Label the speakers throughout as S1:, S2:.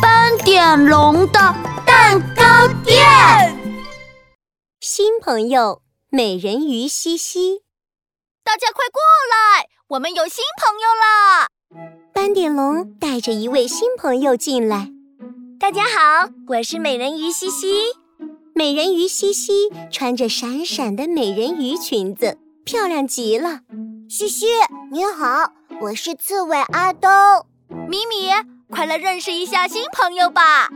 S1: 斑点龙的蛋糕店。
S2: 新朋友美人鱼西西，
S3: 大家快过来，我们有新朋友啦！
S2: 斑点龙带着一位新朋友进来。
S4: 大家好，我是美人鱼西西。
S2: 美人鱼西西穿着闪闪的美人鱼裙子，漂亮极了。
S5: 西西，你好，我是刺猬阿兜。
S3: 米米，快来认识一下新朋 友吧！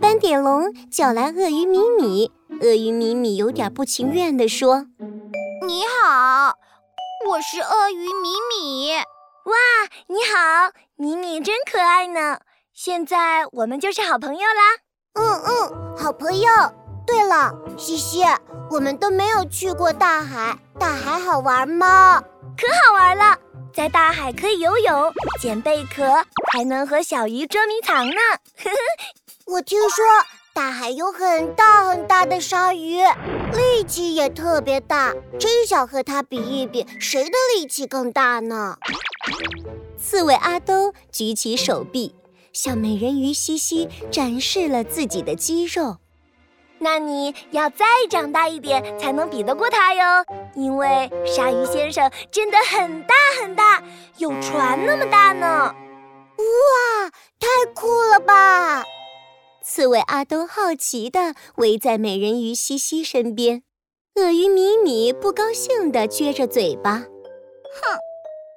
S2: 斑点龙叫来鳄鱼米米，鳄鱼米米有点不情愿地说：“
S3: 你好，我是鳄鱼米米。
S4: 哇，你好，米米真可爱呢。现在我们就是好朋友啦。”
S5: 嗯嗯，好朋友。对了，西西，我们都没有去过大海，大海好玩吗？
S4: 可好玩了，在大海可以游泳、捡贝壳，还能和小鱼捉迷藏呢。
S5: 我听说大海有很大很大的鲨鱼，力气也特别大，真想和它比一比，谁的力气更大呢？
S2: 刺猬阿兜举起手臂。向美人鱼西西展示了自己的肌肉。
S4: 那你要再长大一点才能比得过他哟，因为鲨鱼先生真的很大很大，有船那么大呢！
S5: 哇，太酷了吧！
S2: 刺猬阿东好奇地围在美人鱼西西身边，鳄鱼米米不高兴地撅着嘴巴，
S3: 哼，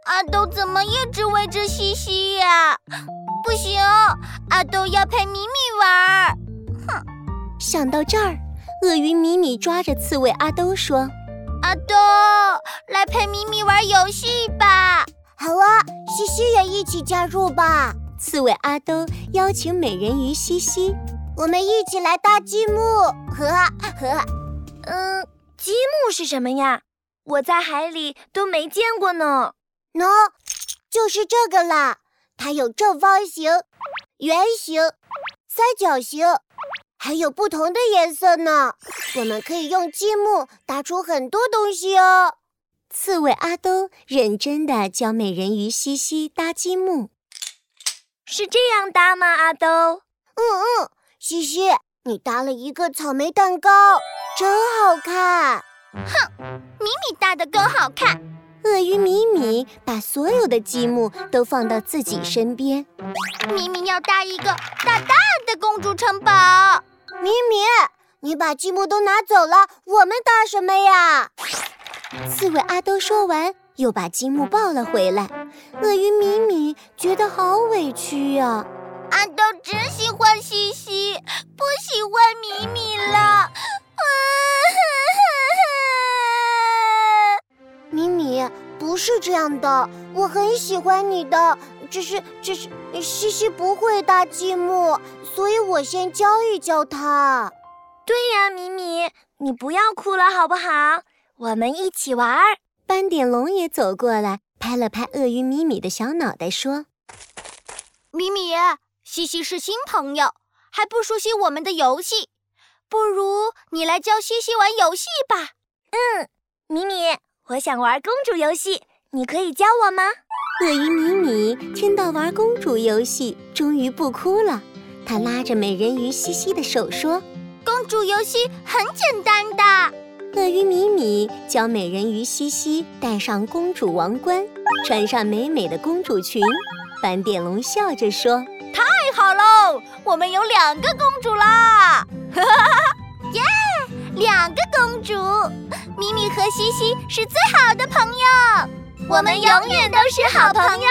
S3: 阿东怎么一直围着西西呀、啊？不行，阿豆要陪米米玩。哼！
S2: 想到这儿，鳄鱼米米抓着刺猬阿兜说：“
S3: 阿兜，来陪米米玩游戏吧！”
S5: 好啊，西西也一起加入吧。
S2: 刺猬阿兜邀请美人鱼西西，
S5: 我们一起来搭积木。啊呵呵，
S4: 嗯，积木是什么呀？我在海里都没见过呢。
S5: 喏、no,，就是这个啦。它有正方形、圆形、三角形，还有不同的颜色呢。我们可以用积木搭出很多东西哦。
S2: 刺猬阿兜认真的教美人鱼西西搭积木，
S4: 是这样搭吗？阿兜，
S5: 嗯嗯，西西，你搭了一个草莓蛋糕，真好看。
S3: 哼，米米搭的更好看。
S2: 鳄鱼米米把所有的积木都放到自己身边。
S3: 米米要搭一个大大的公主城堡。
S5: 米米，你把积木都拿走了，我们搭什么呀？
S2: 刺猬阿兜说完，又把积木抱了回来。鳄鱼米米觉得好委屈呀、啊。
S3: 阿兜只喜欢西西，不喜欢米米了。啊！
S5: 米米，不是这样的，我很喜欢你的，只是只是西西不会搭积木，所以我先教一教他。
S4: 对呀、啊，米米，你不要哭了好不好？我们一起玩。
S2: 斑点龙也走过来，拍了拍鳄鱼米米的小脑袋，说：“
S3: 米米，西西是新朋友，还不熟悉我们的游戏，不如你来教西西玩游戏吧。”
S4: 嗯，米米。我想玩公主游戏，你可以教我吗？
S2: 鳄鱼米米听到玩公主游戏，终于不哭了。她拉着美人鱼西西的手说：“
S3: 公主游戏很简单的。”
S2: 鳄鱼米米教美人鱼西西戴上公主王冠，穿上美美的公主裙。斑点龙笑着说：“
S3: 太好喽，我们有两个公主啦！”哈哈， 耶！两个公主，米米和西西是最好的朋友，我们永远都是好朋友。